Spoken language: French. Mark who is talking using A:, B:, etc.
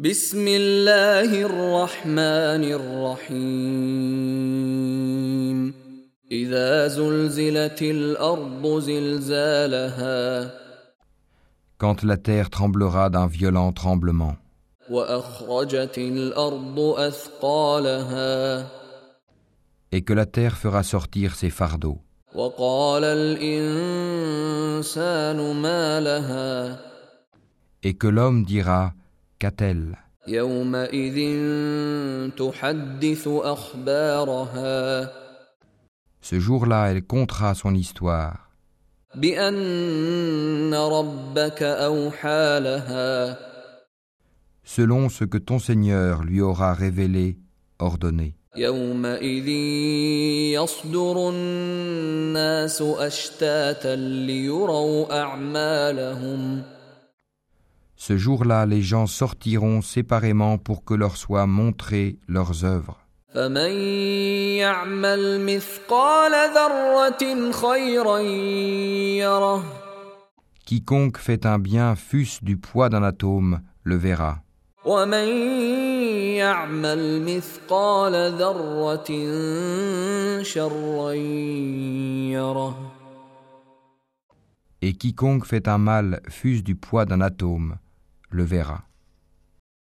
A: بسم الله الرحمن الرحيم إذا زلزلت الأرض زلزالها
B: quand la terre tremblera d'un violent tremblement,
A: وأخرجت الأرض أثقالها
B: et que la terre fera sortir ses fardeaux,
A: وقال الإنسان ما لها
B: et que l'homme dira Qu'a-t-elle
A: يومئذ تحدث أخبارها
B: Ce jour-là, elle contera son histoire,
A: بأن ربك أوحى لها
B: selon ce que ton Seigneur lui aura révélé, ordonné.
A: يومئذ يصدر الناس اشتاتا ليروا اعمالهم
B: Ce jour-là, les gens sortiront séparément pour que leur soient montrées leurs œuvres.
A: فمن يعمل مثقال ذره خيرا يره
B: Quiconque fait un bien, fût-ce du poids d'un atome, le verra.
A: ومن يعمل مثقال ذره شرا يره
B: Et quiconque fait un mal, fût-ce du poids d'un atome, le verra.